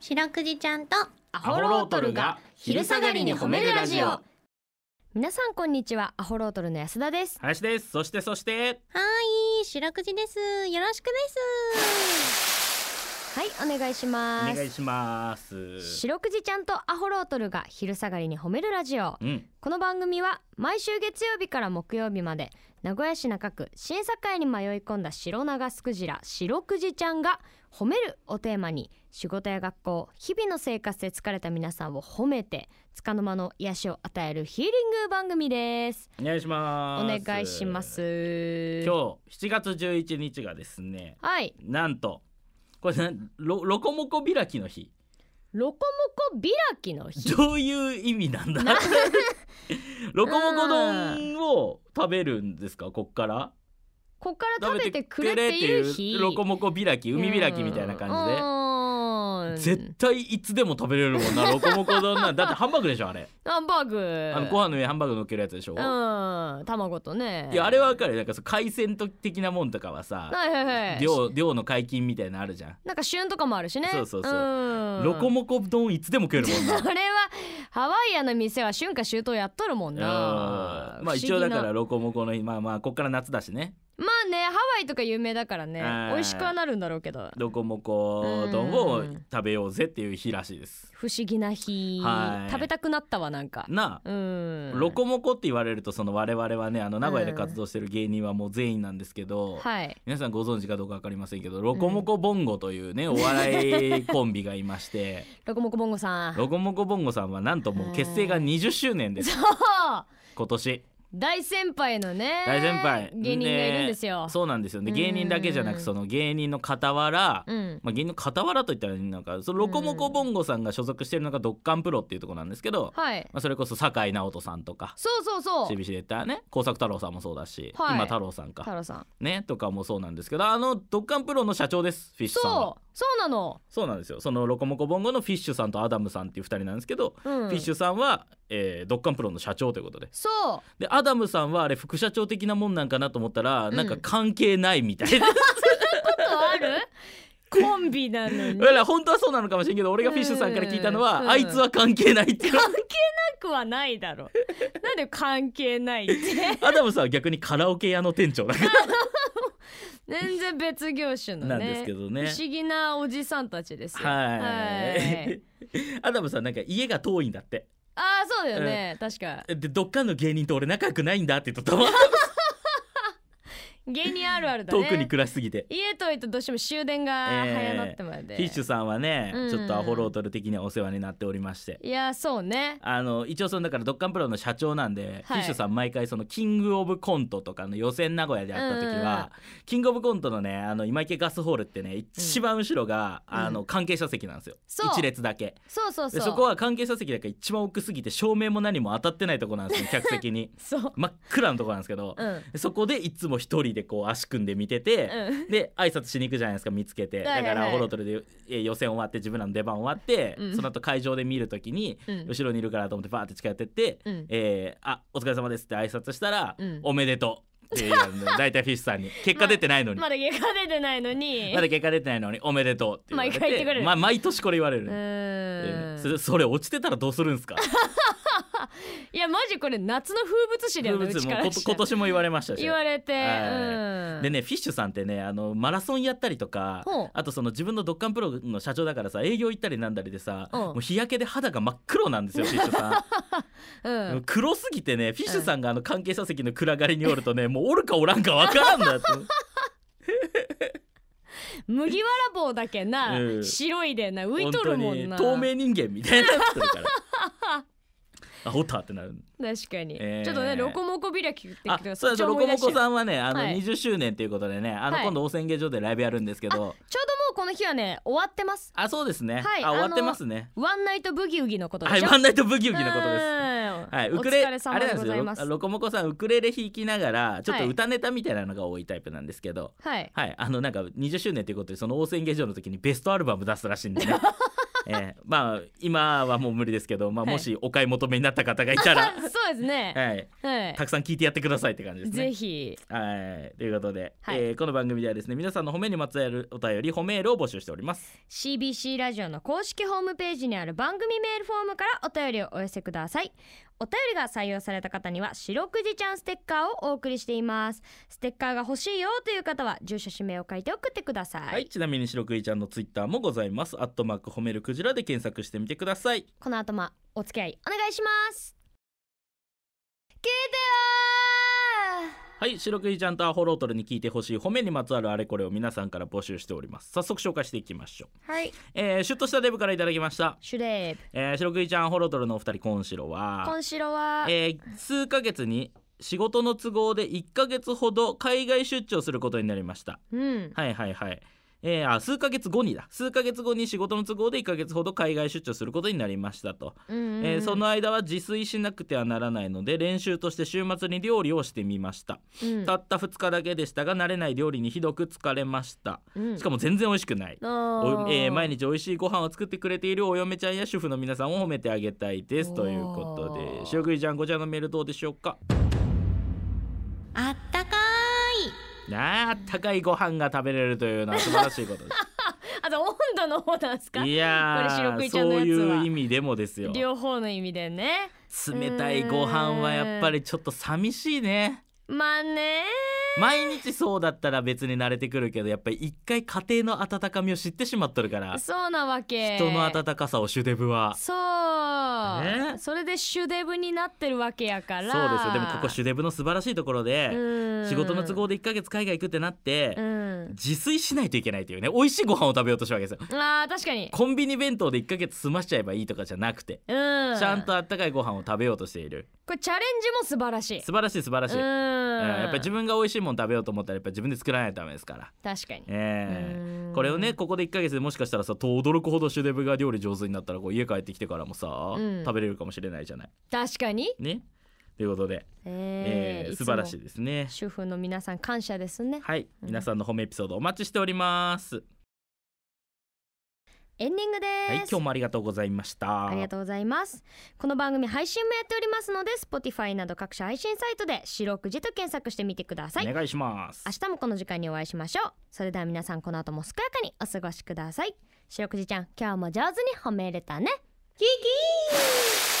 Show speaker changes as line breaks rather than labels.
白くじちゃんと
ア
ホロートルが昼下がりに褒めるラジオ
皆さんこんにちはアホロートルの安田です
林ですそしてそして
いい白くじですよろしくです
はいお願いし
お
ま
願い
す
します
白くじちゃんとアホロートルが昼下がりに褒めるラジオ
うん
この番組は毎週月曜日から木曜日まで名古屋市中区審査会に迷い込んだ白長スクジラ白くじちゃんが褒めるをテーマに仕事や学校日々の生活で疲れた皆さんを褒めて束の間の癒しを与えるヒーリング番組です
お願いし
お
ます
願いします
今日7月11日がですね
はい
なんとこれなんロロコモコ開きの日
ロコモコ開きの日
どういう意味なんだ ロコモコ丼を食べるんですかこっから
こっから食べてくれっていう日
ロコモコ開き海開きみたいな感
感
じで絶対いつでも食べれるもんなロコモコ丼なんだってハンバーグでしょあれ
ハンバーグ
あのご飯の上にハンバーグ乗っけるやつでしょ
うん卵とね
いやあれはわかるよなんかそう海鮮的なもんとかはさ
はいはいはい
量量の解禁みたいなのあるじゃん、
なんか旬とかもあるしね
そうそうそうんロコモコ丼いつでも食え るもんな
それはハワイアンの店は春夏秋冬やっとるもんな
うんまあ一応だから
不思議な
ロコモコの日まあまあこっから夏だしね
まあねハワイとか有名だからね
うん
美味しくはなるんだろうけど
ロコモコ丼を
うん
食べようぜっていう日らしいです
不思議な日
はい
食べたくなったわなんか
なあ
うん
ロコモコって言われるとその我々はねあの名古屋で活動してる芸人はもう全員なんですけど、
はい
皆さんご存知かどうか分かりませんけどロコモコボンゴというねお笑いコンビがいまして
ロコモコボンゴさん
ロコモコボンゴさんはなんともう結成が20周年 です
そう
今年
大先輩のね
大先輩
芸人がいるんですよ、
そうなんですよね
うん
芸人だけじゃなくその芸人の傍ら、
うん
まあ、芸人の傍らといったらなんかそのロコモコボンゴさんが所属してるのがドッカンプロっていうところなんですけど、
はい
まあ、それこそ酒井直人さんとか
そうそうそう
CBC で言ったらね耕作太郎さんもそうだし、
はい
今太郎さん
太
か
郎さん
ねとかもそうなんですけどあのドッカンプロの社長ですフィッシュさんは
そうそうなの、
そうなんですよそのロコモコボンゴのフィッシュさんとアダムさんっていう2人なんですけど、
うん、
フィッシュさんは、えードッカンプロの社長ということで
そう
でアダムさんはあれ副社長的なもんなんかなと思ったら、
うん
なんか関係ないみたいな
とあ るコンビなのに
だから本当はそうなのかもしれんけど俺がフィッシュさんから聞いたのは、
うん
あいつは関係ないっていう
なくはないだろなんで関係ないって
アダムさんは逆にカラオケ屋の店長だか
全然別業種の
ら
ね
なんですけどね
不思議なおじさんたちですよ
はい
はい、
アダムさんなんか家が遠いんだって
ああそうだよね、確か
でどっかの芸人と俺仲良くないんだって言っとったわ
芸人あるあるだね
遠くに暮らしすぎて。
家といとどうしても終電が早なってまで、
フィッシュさんはね、
うん
ちょっとアホロートル的にはお世話になっておりまして
いやそうね
あの一応そのだからドッカンプロの社長なんで、フ
はい
ィッシュさん毎回そのキングオブコントとかの予選名古屋であった時は、キングオブコントのねあの今池ガスホールってね一番後ろが、
うん
あの関係者席なんですよ
そう
一列だけ
そうそうそ
で
う
そこは関係者席だから一番奥すぎて照明も何も当たってないとこなんですよ客席 に
そう
真っ暗なとこなんですけど、
うんうん
そこでいつも一人でこう足組んで見てて、で挨拶しに行くじゃないですか見つけて、
はいはいはい
だからアホロトルでえー予選終わって自分らの出番終わって、
うん
その後会場で見るときに、
うん
後ろにいるからと思ってバーって近寄ってって「
うん
えーあお疲れ様です」って挨拶したら「
うん
おめでとう」って言 うんで大体フィッシュさんに結果出てないのに、
まだ家が出てないのに
まだ結果出てないのに「おめでとう」って言われて
毎回言ってくれる
ま毎年これ言われる、
う
え
ーん
ーそれそれ落ちてたらどうするんですか
いやマジこれ夏の風物詩だよねう
物
ち
も
から
こ
した
今
ら
年も言われましたし
言われて、
はい
うん
でねフィッシュさんってねあのマラソンやったりとか
ほう
あとその自分のドッカンプロの社長だからさ営業行ったりなんだりでさ、
うん
もう日焼けで肌が真っ黒なんですよフィッシュさ
うん、
もうん黒すぎてねフィッシュさんがあの関係者席の暗がりにおるとね もうおるかおらんかわからんだって
麦わら帽だけな、
うん
白いでな 浮い
本
と
当
るも
に
んな
透明人間みたいになってるから あおったってなる
確かに、
えー
ちょっとねロコモコ開きって言
あ
ってくだ
そう
さい
だそうロコモコさんはねあの
はい
20周年ということでね、あの
はい
今度温泉芸場でライブやるんですけ
ち
ど、
ょうどもうこの日はね終わってます
あそうですね、
はい
あ終わっ
あ
て
の
ますね
ワンナイトブギウギのことでしょ
はいワンナイトブギウギのことです
す
はい、
お
ウクレ
疲れ
あ
様
れ
で
なん
ご
です
ざい
よ
ます
ロロコモコさんウクレレ弾きながらちょっ
は
と
い
歌ネタみたいなのが多いタイプなんですけどはい、あのなんか20周年ということでその応戦芸場の時にベストアルバム出すらしいんでね ええーまあ今はもう無理ですけど、まあ、
はい
もしお買い求めになった方がい たら、
そうですね。
はい、
はい。
たくさん聞いてやってくださいって感じですね
ぜ。ひ。
はい、ということで、
はい
えーこの番組ではですね皆さんの褒めにまつわるお便り褒めールを募集しております
CBC ラジオの公式ホームページにある番組メールフォームからお便りをお寄せくださいお便りが採用された方には「白くじちゃんステッカー」をお送りしていますステッカーが欲しいよという方は住所氏名を書いて送ってください、
はい、ちなみに白くいちゃんのツイッターもございますアットマーク褒めるクジラで検索してみてください
この後もお付き合いお願いします聞いてよ
はい白くいちゃんとアホロートルに聞いてほしい褒めにまつわるあれこれを皆さんから募集しております早速紹介していきましょう
ーはい
えー、シュッとしたデブからいただきました
シュレーブ
えー、白くいちゃんアホロートルのお二人今白は
今週は、
えー、数ヶ月に仕事の都合で1ヶ月ほど海外出張することになりました
うん
はいはいはい。えーあ数ヶ月後にだ数ヶ月後に仕事の都合で1ヶ月ほど海外出張することになりましたと、
うん
えーそ、の間は自炊しなくてはならないので練習として週末に料理をしてみました
うん
たった2日だけでしたが慣れない料理にひどく疲れました
うん
しかも全然美味しくない、
あ
お
ー
えー毎日美味しいご飯を作ってくれているお嫁ちゃんや主婦の皆さんを褒めてあげたいですということ
おー
で塩食いちゃんこちらのメールどうでしょうか
あったか
なああったかいご飯が食べれるというのは素晴らしいこ とです
あと温度の方なんですか
いやー
これ白クイちゃんのやつは
そういう意味でもですよ
両方の意味でね
冷たいご飯はやっぱりちょっと寂しいね
まあね
毎日そうだったら別に慣れてくるけどやっぱり一回家庭の温かみを知ってしまっとるから
そうなわけ
人の温かさをシュデブは
そう、
ね
それでシュデブになってるわけやか
そう
ら
ですよでもここシュデブの素晴らしいところで、仕事の都合で1ヶ月海外行くってなって、
うん
自炊しないといけないというね美味しいご飯を食べようとしたわけですよ
あー確かに
コンビニ弁当で1ヶ月済ましちゃえばいいとかじゃなくて、
うん
ちゃんとあったかいご飯を食べようとしている
これチャレンジも素晴らしい
素晴らしい素晴らしい、
うん
うんやっぱり自分が美味しいもの食べようと思ったらやっぱり自分で作らないとダメですから、
確かに、
ええ
うん
これをねここで1ヶ月でもしかしたらさと驚くほどシュデブが料理上手になったらこう家帰ってきてからもさ、
うん
食べれるかもしれないじゃない
確かに
ねということで、
え
え
ー
ー素晴らしい
い
ですね
つも主婦の皆さん感謝ですね
はい、
うん
皆さんの褒めエピソードお待ちしております
エンディングです、
はい今日もありがとうございました
ありがとうございます。この番組配信もやっておりますので、Spotify など各種配信サイトで白くじと検索してみてください。
お願いします
明日もこの時間にお会いしましょう。それでは皆さんこの後も健やかにお過ごしください。白くじちゃん、今日も上手に褒めれたね。キキー